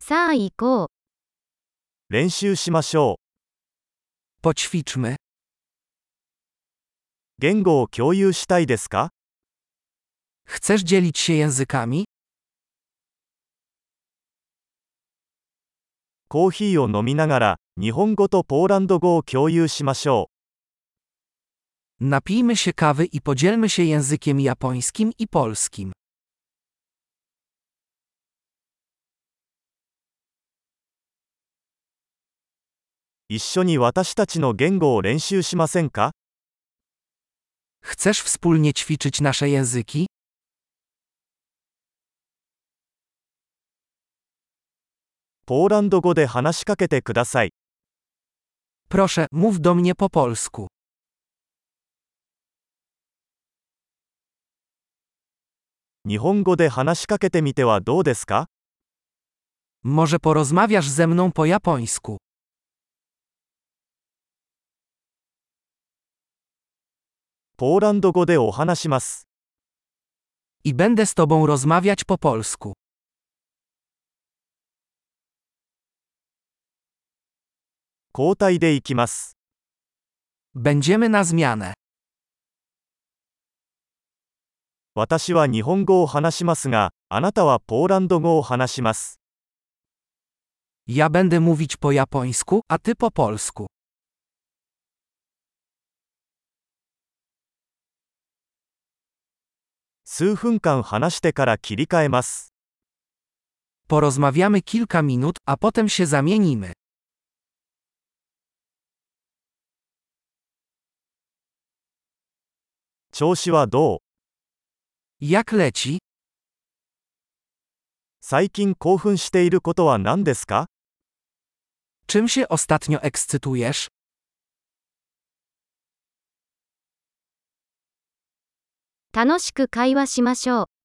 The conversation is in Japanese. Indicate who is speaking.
Speaker 1: さあ行こう。
Speaker 2: 練習しましょう。
Speaker 3: Poćwiczmy.
Speaker 2: 言語を共有したいですか
Speaker 3: Chcesz dzielić się językami?
Speaker 2: コーヒーを飲みながら、日本語とポーランド語を共有しましょ
Speaker 3: Napijmy się kawy i podzielmy się językiem japońskim i polskim.
Speaker 2: う。一緒に私たちの言語を練習しませんか
Speaker 3: Chcesz wspólnie ćwiczyć nasze języki?
Speaker 2: ポーランド語で話しかけてください。
Speaker 3: Proszę, mów do mnie po polsku.
Speaker 2: 日本語で話しかけてみてはどうですか
Speaker 3: Może porozmawiasz ze mną po japońsku?
Speaker 2: ポーランド語でお話します。
Speaker 3: I będę z tobą rozmawiać po polsku.
Speaker 2: 交代でいきます。
Speaker 3: Będziemy na zmianę.
Speaker 2: 私は日本語を話しますが、あなたはポーランド語を話します。
Speaker 3: Ja będę mówić po japońsku, a ty po polsku.
Speaker 2: 数分間話してから切り替えます。
Speaker 3: Porozmawiamy kilka minut, a potem się zamienimy.
Speaker 2: 調子はどう
Speaker 3: Jak leci?
Speaker 2: 最近興奮していることは何ですか
Speaker 3: Czym się ostatnio ekscytujesz?
Speaker 1: 楽しく会話しましょう。